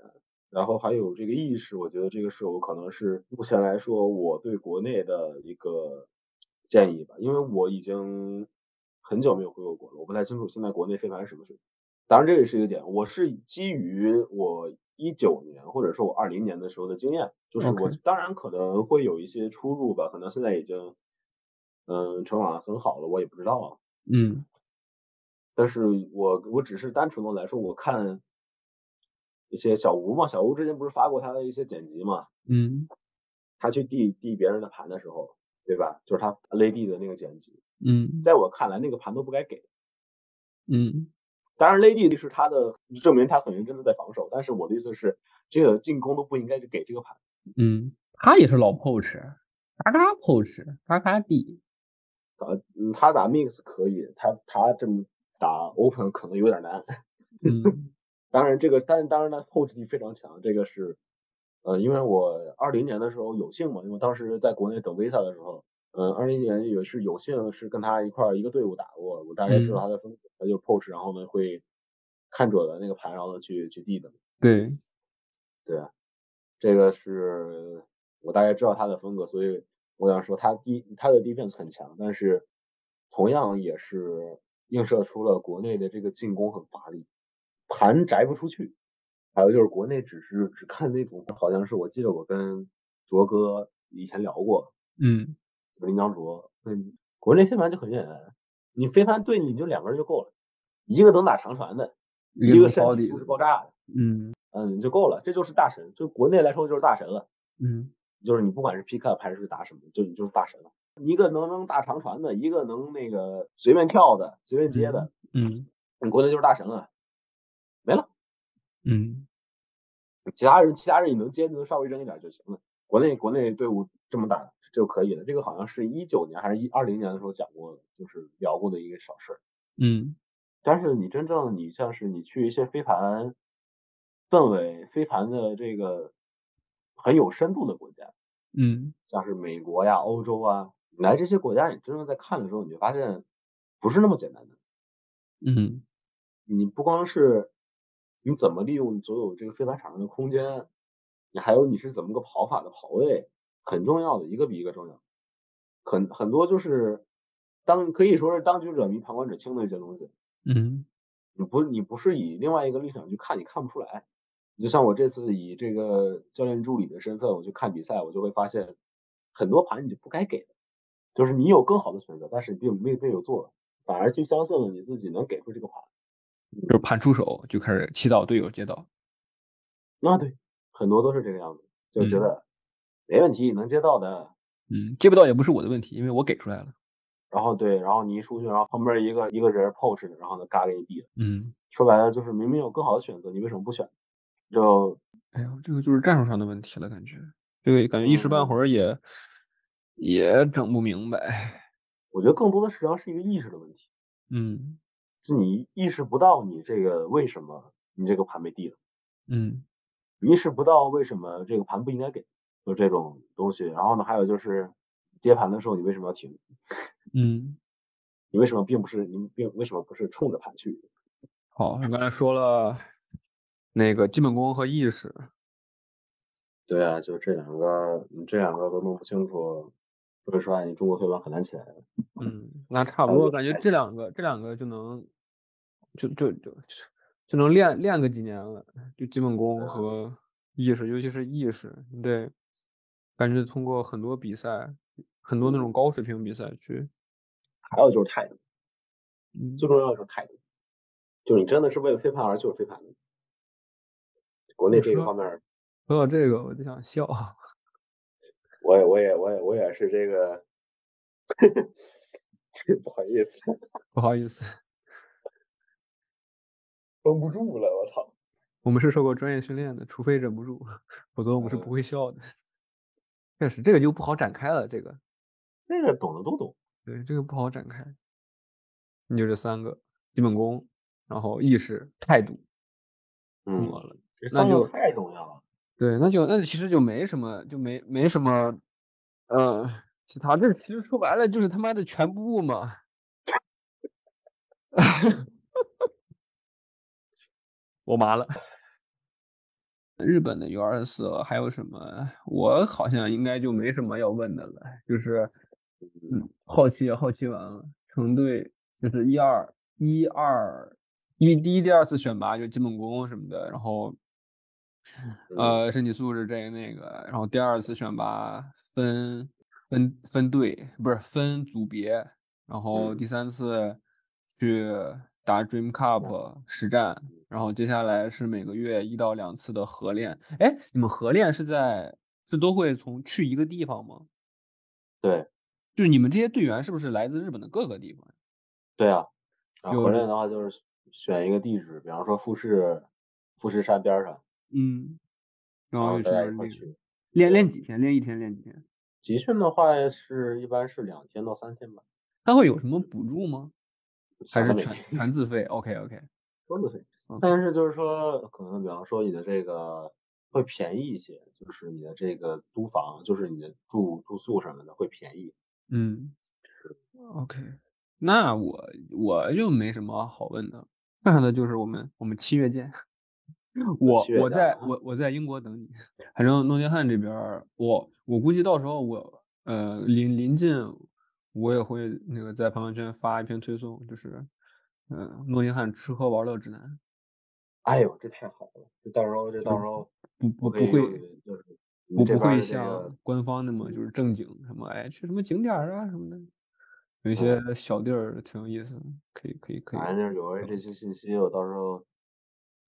[SPEAKER 2] 然后还有这个意识，我觉得这个是我可能是目前来说我对国内的一个建议吧，因为我已经很久没有回过国了，我不太清楚现在国内飞盘是什么水平。当然，这也是一个点，我是基于我一九年或者说我二零年的时候的经验，就是我
[SPEAKER 1] OK
[SPEAKER 2] 当然可能会有一些出入吧，可能现在已经嗯成长得很好了，我也不知道啊。
[SPEAKER 1] 嗯
[SPEAKER 2] 但是我我只是单纯的来说，我看一些小吴嘛，小吴之前不是发过他的一些剪辑嘛，
[SPEAKER 1] 嗯
[SPEAKER 2] 他去递递别人的盘的时候，对吧？就是他勒地的那个剪辑，
[SPEAKER 1] 嗯
[SPEAKER 2] 在我看来，那个盘都不该给。
[SPEAKER 1] 嗯
[SPEAKER 2] 当然，勒地是他的证明，他很认真的在防守。但是我的意思是，这个进攻都不应该给这个盘。
[SPEAKER 1] 嗯，他也是老 poach，嘎嘎 poach，嘎嘎 地。
[SPEAKER 2] 啊，嗯他打 mix 可以，他他这么打 open 可能有点难。
[SPEAKER 1] 嗯
[SPEAKER 2] 当然，这个但当然呢，后继力非常强，这个是，呃，因为我二零年的时候有幸嘛，因为当时在国内等 visa 的时候，嗯、呃，二零年也是有幸是跟他一块儿一个队伍打过，我大概知道他的风格，他就 poach，然后呢会看准了那个盘，然后呢去去递的，
[SPEAKER 1] 对，
[SPEAKER 2] 对吧？这个是我大概知道他的风格，所以我想说他第他的 defense 很强，但是同样也是映射出了国内的这个进攻很乏力，盘摘不出去。还有就是国内只是只看那种，好像是我记得我跟卓哥以前聊过，
[SPEAKER 1] 嗯
[SPEAKER 2] 就是林章卓，嗯，国内飞盘就很简单，你飞盘队你就两个人就够了，一个能打长传的，一个
[SPEAKER 1] 是
[SPEAKER 2] 身
[SPEAKER 1] 保
[SPEAKER 2] 体
[SPEAKER 1] 底
[SPEAKER 2] 素质爆炸的，
[SPEAKER 1] 嗯
[SPEAKER 2] 嗯，就够了，这就是大神，就国内来说就是大神了。
[SPEAKER 1] 嗯
[SPEAKER 2] 就是你不管是 pick up 还是打什么，就你就是大神了。一个能扔大长传的，一个能那个随便跳的、随便接的，
[SPEAKER 1] 嗯
[SPEAKER 2] 你国内就是大神了。
[SPEAKER 1] 嗯
[SPEAKER 2] 其他人，其他人你能接的能稍微扔一点就行了。国内国内队伍这么打就可以了。这个好像是一九年还是一二零年的时候讲过的，就是聊过的一个小事儿。
[SPEAKER 1] 嗯
[SPEAKER 2] 但是你真正你像是你去一些飞盘氛围、飞盘的这个很有深度的国家，
[SPEAKER 1] 嗯
[SPEAKER 2] 像是美国呀、欧洲啊，你来这些国家，你真正在看的时候，你就发现不是那么简单的。
[SPEAKER 1] 嗯
[SPEAKER 2] 你不光是你怎么利用所有这个飞盘场上的空间，你还有你是怎么个跑法的跑位，很重要的一个比一个重要。很很多就是当可以说是当局者迷，旁观者清的一些东西，
[SPEAKER 1] 嗯
[SPEAKER 2] 你不你不是以另外一个立场去看，你看不出来。你就像我这次以这个教练助理的身份，我去看比赛，我就会发现很多盘你就不该给的，就是你有更好的选择，但是你并没没有做，反而去相信了你自己能给出这个盘。
[SPEAKER 1] 就是盘出手就开始祈祷队友接到。
[SPEAKER 2] 那对，很多都是这个样子，就觉
[SPEAKER 1] 嗯
[SPEAKER 2] 得没问题，能接到的。
[SPEAKER 1] 嗯，接不到也不是我的问题，因为我给出来了。
[SPEAKER 2] 然后对，然后你一出去，然后旁边一个一个人 poach 的，然后呢，嘎给你递了。
[SPEAKER 1] 嗯，
[SPEAKER 2] 说白了就是明明有更好的选择，你为什么不选？就
[SPEAKER 1] 哎呦，这个就是战术上的问题了，感觉这个感觉一时半
[SPEAKER 2] 嗯
[SPEAKER 1] 会儿也也整不明白。
[SPEAKER 2] 我觉得更多的实际上是一个意识的问题，
[SPEAKER 1] 嗯
[SPEAKER 2] 是你意识不到你这个为什么你这个盘被递了，
[SPEAKER 1] 嗯
[SPEAKER 2] 你意识不到为什么这个盘不应该给，就这种东西。然后呢，还有就是接盘的时候你为什么要停？
[SPEAKER 1] 嗯，
[SPEAKER 2] 你为什么并不是你并为什么不是冲着盘去？
[SPEAKER 1] 好，我刚才说了 那个基本功和意识，
[SPEAKER 2] 对啊，就这两个，你这两个都弄不清楚，说实话，你中国推盘很难起来。
[SPEAKER 1] 嗯，哎那差不
[SPEAKER 2] 还有
[SPEAKER 1] 多，
[SPEAKER 2] 就
[SPEAKER 1] 感觉
[SPEAKER 2] 还
[SPEAKER 1] 这两个这两个就能，就就就就能练练个几年了，就基本功和意识，尤其是意识，你得感觉通过很多比赛，很多那种高水平比赛去，
[SPEAKER 2] 还有就是态度，
[SPEAKER 1] 嗯
[SPEAKER 2] 最重要的就是态度，就是你真的是为了飞盘而就是飞盘的。国内
[SPEAKER 1] 你
[SPEAKER 2] 这个
[SPEAKER 1] 说
[SPEAKER 2] 方面儿，
[SPEAKER 1] 说到这个我就想笑，
[SPEAKER 2] 我也我也我也我也是这个， 不好意思，
[SPEAKER 1] 不好意思，
[SPEAKER 2] 绷不住了，我操！
[SPEAKER 1] 我们是受过专业训练的，除非忍不住，否则我们是不
[SPEAKER 2] 嗯
[SPEAKER 1] 会笑的。 确实，这个就不好展开了，这个
[SPEAKER 2] 这个懂的都懂，
[SPEAKER 1] 对这个不好展开。你就这三个基本功，然后意识、态度。
[SPEAKER 2] 嗯，
[SPEAKER 1] 我了。
[SPEAKER 2] 这
[SPEAKER 1] 那
[SPEAKER 2] 三个
[SPEAKER 1] 就
[SPEAKER 2] 太重要了。
[SPEAKER 1] 对，那就那其实就没什么，就没没什么，呃，其他这其实说白了就是他妈的全部嘛。我麻了， 日本的 U 二四还有什么？我好像应该就没什么要问的了，就是嗯，好奇也好奇完了，成对就是一二一二一第一第二次选拔就基本功什么的，然后
[SPEAKER 2] 嗯
[SPEAKER 1] 呃身体素质这个那个，然后第二次选拔分分分队不是分组别，然后
[SPEAKER 2] 嗯
[SPEAKER 1] 第三次去打 Dream Cup 实战，然后接下来是每个月一到两次的合练。哎，你们合练是在是都会从去一个地方吗？
[SPEAKER 2] 对
[SPEAKER 1] 就是你们这些队员是不是来自日本的各个地方？
[SPEAKER 2] 对啊，然后
[SPEAKER 1] 有
[SPEAKER 2] 合
[SPEAKER 1] 这
[SPEAKER 2] 练的话就是选一个地址，比方说富士富士山边儿上，
[SPEAKER 1] 嗯，然
[SPEAKER 2] 然
[SPEAKER 1] 后
[SPEAKER 2] 后
[SPEAKER 1] 就
[SPEAKER 2] 大
[SPEAKER 1] 去那
[SPEAKER 2] 家一
[SPEAKER 1] 儿
[SPEAKER 2] 块儿
[SPEAKER 1] 练
[SPEAKER 2] 去。
[SPEAKER 1] 练练几天？练一天？练几天？
[SPEAKER 2] 集训的话是一般是两天到三天吧，
[SPEAKER 1] 他会有什么补助吗？还
[SPEAKER 2] 想
[SPEAKER 1] 是
[SPEAKER 2] 得美
[SPEAKER 1] 全全自费？OK OK，
[SPEAKER 2] 说的对
[SPEAKER 1] OK
[SPEAKER 2] 但是就是说，可能比方说你的这个会便宜一些，就是你的这个租房，就是你的住住宿什么的会便宜。
[SPEAKER 1] 嗯，OK，那我我就没什么好问的，剩下的就是我们我们七月见。 我
[SPEAKER 2] 七月
[SPEAKER 1] 我
[SPEAKER 2] 见
[SPEAKER 1] 在
[SPEAKER 2] 啊
[SPEAKER 1] 我我在英国等你，反正诺丁汉这边儿，我我估计到时候我呃临临近，我也会那个在朋友圈发一篇推送，就是嗯、呃诺丁汉吃喝玩乐指南，
[SPEAKER 2] 哎呦，这太好了！这到时候这到时候
[SPEAKER 1] 不不
[SPEAKER 2] 我可
[SPEAKER 1] 不会
[SPEAKER 2] 以用就是你
[SPEAKER 1] 不
[SPEAKER 2] 这
[SPEAKER 1] 不
[SPEAKER 2] 边
[SPEAKER 1] 会
[SPEAKER 2] 儿的这个
[SPEAKER 1] 像官方那么就是正经什么，哎，去什么景点儿啊什么的，有一些小地儿挺有意思的，可以可以可以。
[SPEAKER 2] 哦反正就是有了这些信息，我到时候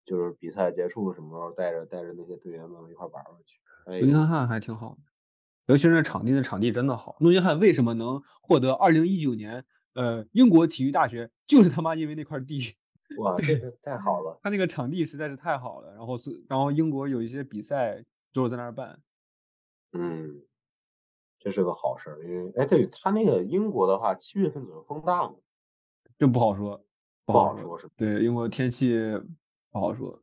[SPEAKER 2] 就是比赛结束什么时候带着带着那些队员们一块儿玩玩去。
[SPEAKER 1] 诺
[SPEAKER 2] 哎呦，
[SPEAKER 1] 丁汉还挺好的，尤其是那场地，那场地真的好。诺丁汉为什么能获得二零一九年呃英国体育大学，就是他妈因为那块地，
[SPEAKER 2] 哇，这个太好了！
[SPEAKER 1] 他那个场地实在是太好了。然后是，然后英国有一些比赛就是在那儿办，
[SPEAKER 2] 嗯，这是个好事儿，因为哎，对他那个英国的话，七月份左右风大嘛，
[SPEAKER 1] 这不好说，不
[SPEAKER 2] 不好
[SPEAKER 1] 好
[SPEAKER 2] 说是吧
[SPEAKER 1] 对，英国天气不好说。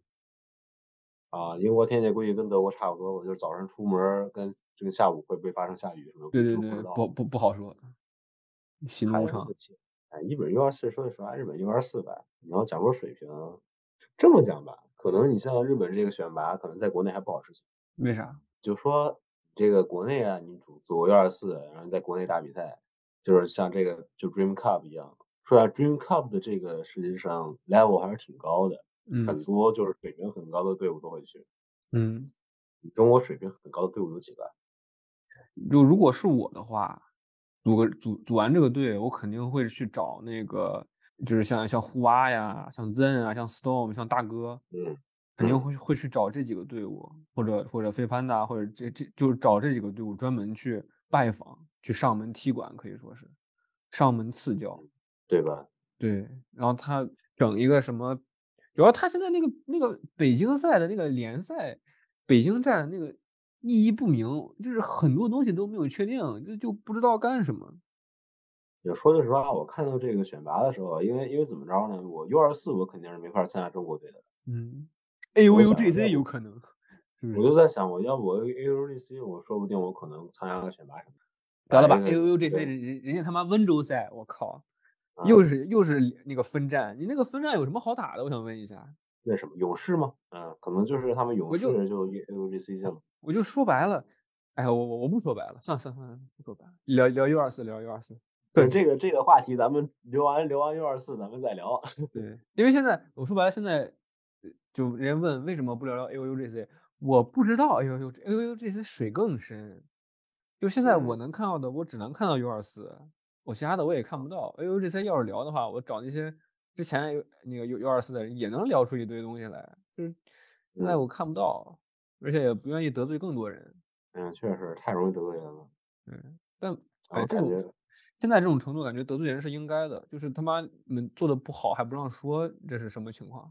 [SPEAKER 2] 啊，英国天气估计跟德国差不多吧，就是早上出门儿跟这个下午会不会发生下雨什么，
[SPEAKER 1] 对对
[SPEAKER 2] 这个
[SPEAKER 1] 对
[SPEAKER 2] 不知，道。
[SPEAKER 1] 不不不好说。喜
[SPEAKER 2] 还
[SPEAKER 1] 怒无
[SPEAKER 2] 有
[SPEAKER 1] 常
[SPEAKER 2] 就，是哎，日本 U 二四，说句实话，日本 U 二四吧，你要讲说水平，这么讲吧，可能你像日本这个选拔，可能在国内还不好执行。
[SPEAKER 1] 为啥？
[SPEAKER 2] 就说这个国内啊，你组组 U 二四，然后在国内打比赛，就是像这个就 Dream Cup 一样，说实话 Dream Cup 的这个实际上 level 还是挺高的，
[SPEAKER 1] 嗯
[SPEAKER 2] 很多就是水平很高的队伍都会去。
[SPEAKER 1] 嗯，
[SPEAKER 2] 中国水平很高的队伍有几个？啊
[SPEAKER 1] 就如果是我的话，组个组组完这个队，我肯定会去找那个，就是像像胡蛙呀、像 Zen 啊、像 Storm、像大哥，
[SPEAKER 2] 嗯，
[SPEAKER 1] 肯定
[SPEAKER 2] 嗯
[SPEAKER 1] 会会去找这几个队伍，或者或者飞潘达，或者这这就是找这几个队伍专门去拜访、去上门踢馆，可以说是上门赐教。
[SPEAKER 2] 对吧？
[SPEAKER 1] 对，然后他整一个什么，主要他现在那个那个北京赛的那个联赛，北京站那个意义不明，就是很多东西都没有确定，就就不知道干什么。
[SPEAKER 2] 也说句实话，我看到这个选拔的时候，因为因为怎么着呢，我 U 二四我肯定是没法参加中国队的，
[SPEAKER 1] 嗯，A O
[SPEAKER 2] 我
[SPEAKER 1] U
[SPEAKER 2] 想
[SPEAKER 1] J Z
[SPEAKER 2] 要
[SPEAKER 1] 有
[SPEAKER 2] 不
[SPEAKER 1] 可能，是不
[SPEAKER 2] 我
[SPEAKER 1] 是？
[SPEAKER 2] 就在想，我要不我 A U D C，我说不定我可能参加个选拔什么的。
[SPEAKER 1] 得了吧
[SPEAKER 2] 把这
[SPEAKER 1] ，A
[SPEAKER 2] 个
[SPEAKER 1] O U J Z
[SPEAKER 2] 对
[SPEAKER 1] 人人人家他妈温州赛，我靠，
[SPEAKER 2] 啊
[SPEAKER 1] 又是又是那个分站，你那个分站有什么好打的？我想问一下。
[SPEAKER 2] 那什么勇士吗？嗯，可能就是他们勇
[SPEAKER 1] 我
[SPEAKER 2] 士
[SPEAKER 1] 就
[SPEAKER 2] 就 A U D C 去了。
[SPEAKER 1] 我就说白了，哎呀，我我我不说白了，算了算了算了，不说白了，聊聊 U 二四，聊 U 二四。
[SPEAKER 2] 对这个这个话题，咱们聊完聊完 U 二四，咱们再聊。
[SPEAKER 1] 对，因为现在我说白了，现在呃就人家问为什么不聊聊 A O U G C，我不知道 A O U A O U G C 水更深，就现在我
[SPEAKER 2] 嗯
[SPEAKER 1] 能看到的，我只能看到 U 二四，我其他的我也看不到。A O U G C 要是聊的话，我找那些之前有那个 U 1 2 4的人也能聊出一堆东西来，就是现在
[SPEAKER 2] 嗯
[SPEAKER 1] 我看不到，而且也不愿意得罪更多人。
[SPEAKER 2] 嗯，确实太容易得罪人了。
[SPEAKER 1] 但
[SPEAKER 2] 然
[SPEAKER 1] 哎，
[SPEAKER 2] 后
[SPEAKER 1] 这
[SPEAKER 2] 感
[SPEAKER 1] 种
[SPEAKER 2] 觉
[SPEAKER 1] 现在这种程度，感觉得罪人是应该的，就是他妈你们做的不好还不让说，这是什么情况？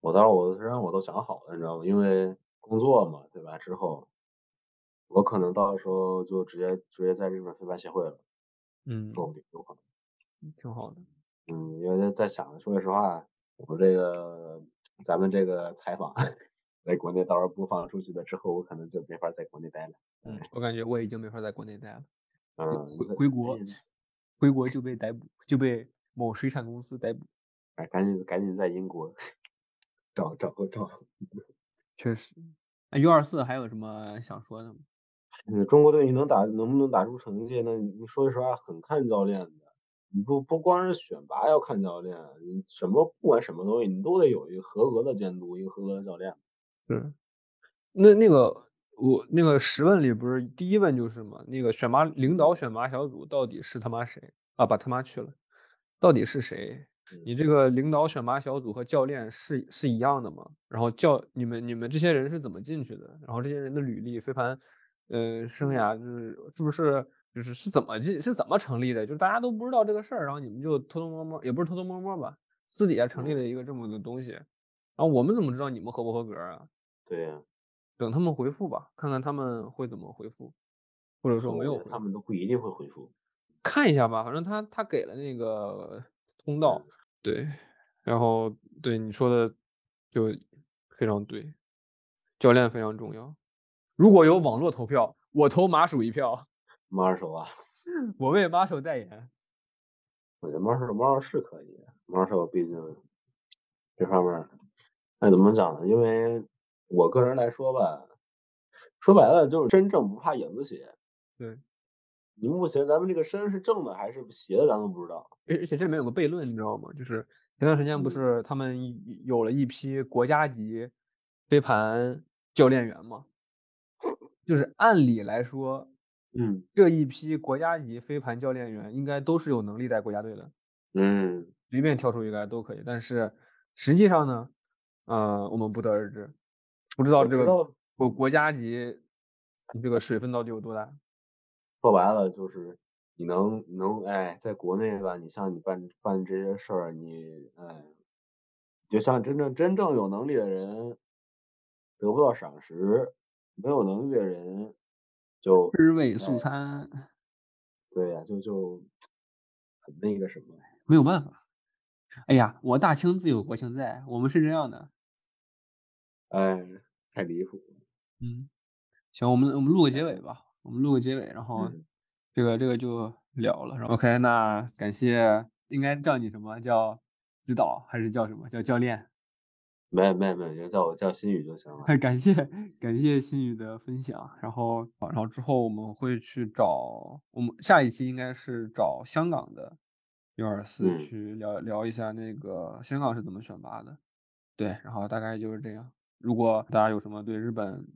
[SPEAKER 2] 我当时我实际上我都想好了，你知道吗？因为工作嘛，对吧？之后我可能到时候就直接直接在日本飞盘协会了，
[SPEAKER 1] 嗯，
[SPEAKER 2] 说不定有可能。
[SPEAKER 1] 挺好的。
[SPEAKER 2] 嗯，因为在想，说句实话，我这个咱们这个采访在国内到时候播放出去了之后，我可能就没法在国内待了。
[SPEAKER 1] 嗯，我感觉我已经没法在国内待了，
[SPEAKER 2] 嗯，
[SPEAKER 1] 回
[SPEAKER 2] 这
[SPEAKER 1] 回国
[SPEAKER 2] 赶紧，
[SPEAKER 1] 回国就被逮捕，就被某水产公司逮捕。
[SPEAKER 2] 哎，赶紧赶紧在英国找找个找
[SPEAKER 1] 确实。那 U 二四还有什么想说的吗？
[SPEAKER 2] 嗯，中国队你能打能不能打出成绩？那你说实话很看教练的。你不不光是选拔要看教练，你什么不管什么东西，你都得有一个合格的监督，一个合格的教练。
[SPEAKER 1] 是。那那个我那个十问里不是第一问就是嘛，那个选拔领导选拔小组到底是他妈谁啊？把他妈去了，到底是谁？你这个领导选拔小组和教练是是一样的吗？然后教你们你们这些人是怎么进去的？然后这些人的履历、飞盘，呃，生涯就是是不是就是是怎么进是怎么成立的？就是大家都不知道这个事儿，然后你们就偷偷摸摸，也不是偷偷摸摸吧，私底下成立了一个这么个东西。然后我们怎么知道你们合不合格啊？
[SPEAKER 2] 对呀、
[SPEAKER 1] 等他们回复吧，看看他们会怎么回复，或者说没有
[SPEAKER 2] 我觉得哦他们都不一定会回复。
[SPEAKER 1] 看一下吧，反正他他给了那个通道，
[SPEAKER 2] 嗯
[SPEAKER 1] 对，然后对你说的就非常对，教练非常重要。如果有网络投票，我投马属一票，
[SPEAKER 2] 马二手啊，
[SPEAKER 1] 我为马首代言。
[SPEAKER 2] 我觉得马二手马二是可以，马二手毕竟这方面儿，那怎么讲呢？因为我个人来说吧，说白了就是真正不怕影子斜。
[SPEAKER 1] 对，
[SPEAKER 2] 你目前咱们这个身是正的还是斜的，咱都不知道。
[SPEAKER 1] 而而且这里面有个悖论，你知道吗？就是前段时间不
[SPEAKER 2] 嗯
[SPEAKER 1] 是他们一有了一批国家级飞盘教练员 嘛？就是按理来说，
[SPEAKER 2] 嗯
[SPEAKER 1] 这一批国家级飞盘教练员应该都是有能力带国家队的，
[SPEAKER 2] 嗯，
[SPEAKER 1] 随便挑出一个都可以。但是实际上呢，呃，我们不得而知，不知道
[SPEAKER 2] 我
[SPEAKER 1] 这
[SPEAKER 2] 知
[SPEAKER 1] 个
[SPEAKER 2] 道
[SPEAKER 1] 国国家级这个水分到底有多大。
[SPEAKER 2] 说白了就是你能能哎，在国内吧，你像你办办这些事儿，你哎，就像真正真正有能力的人得不到赏识，没有能力的人就
[SPEAKER 1] 知味素
[SPEAKER 2] 哎
[SPEAKER 1] 餐
[SPEAKER 2] 对呀、就就很那个什么。
[SPEAKER 1] 没有办法。哎呀，我大清自有国情在，我们是这样的。
[SPEAKER 2] 哎，太离谱了。
[SPEAKER 1] 嗯，行，我们我们录个结尾吧，我们录个结尾，然后
[SPEAKER 2] 嗯
[SPEAKER 1] 这个这个就了了。然后 OK，那感谢，应该叫你什么叫指导还是叫什么叫教练？
[SPEAKER 2] 没没没，就叫我叫新宇就行了。
[SPEAKER 1] 感谢感谢新宇的分享，然后然后之后我们会去找我们下一期应该是找香港的幺二四
[SPEAKER 2] 嗯
[SPEAKER 1] 去聊聊一下那个香港是怎么选拔的，对，然后大概就是这样。如果大家有什么对日本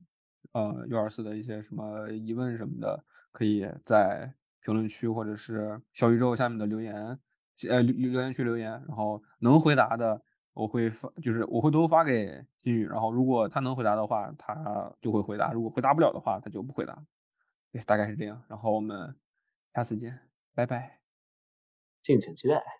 [SPEAKER 1] 呃幺二四的一些什么疑问什么的，可以在评论区或者是小宇宙下面的留言，呃留留言区留言，然后能回答的我会发，就是我会都发给金宇，然后如果他能回答的话，他就会回答；如果回答不了的话，他就不回答。对，大概是这样。然后我们下次见，拜拜。
[SPEAKER 2] 敬请期待。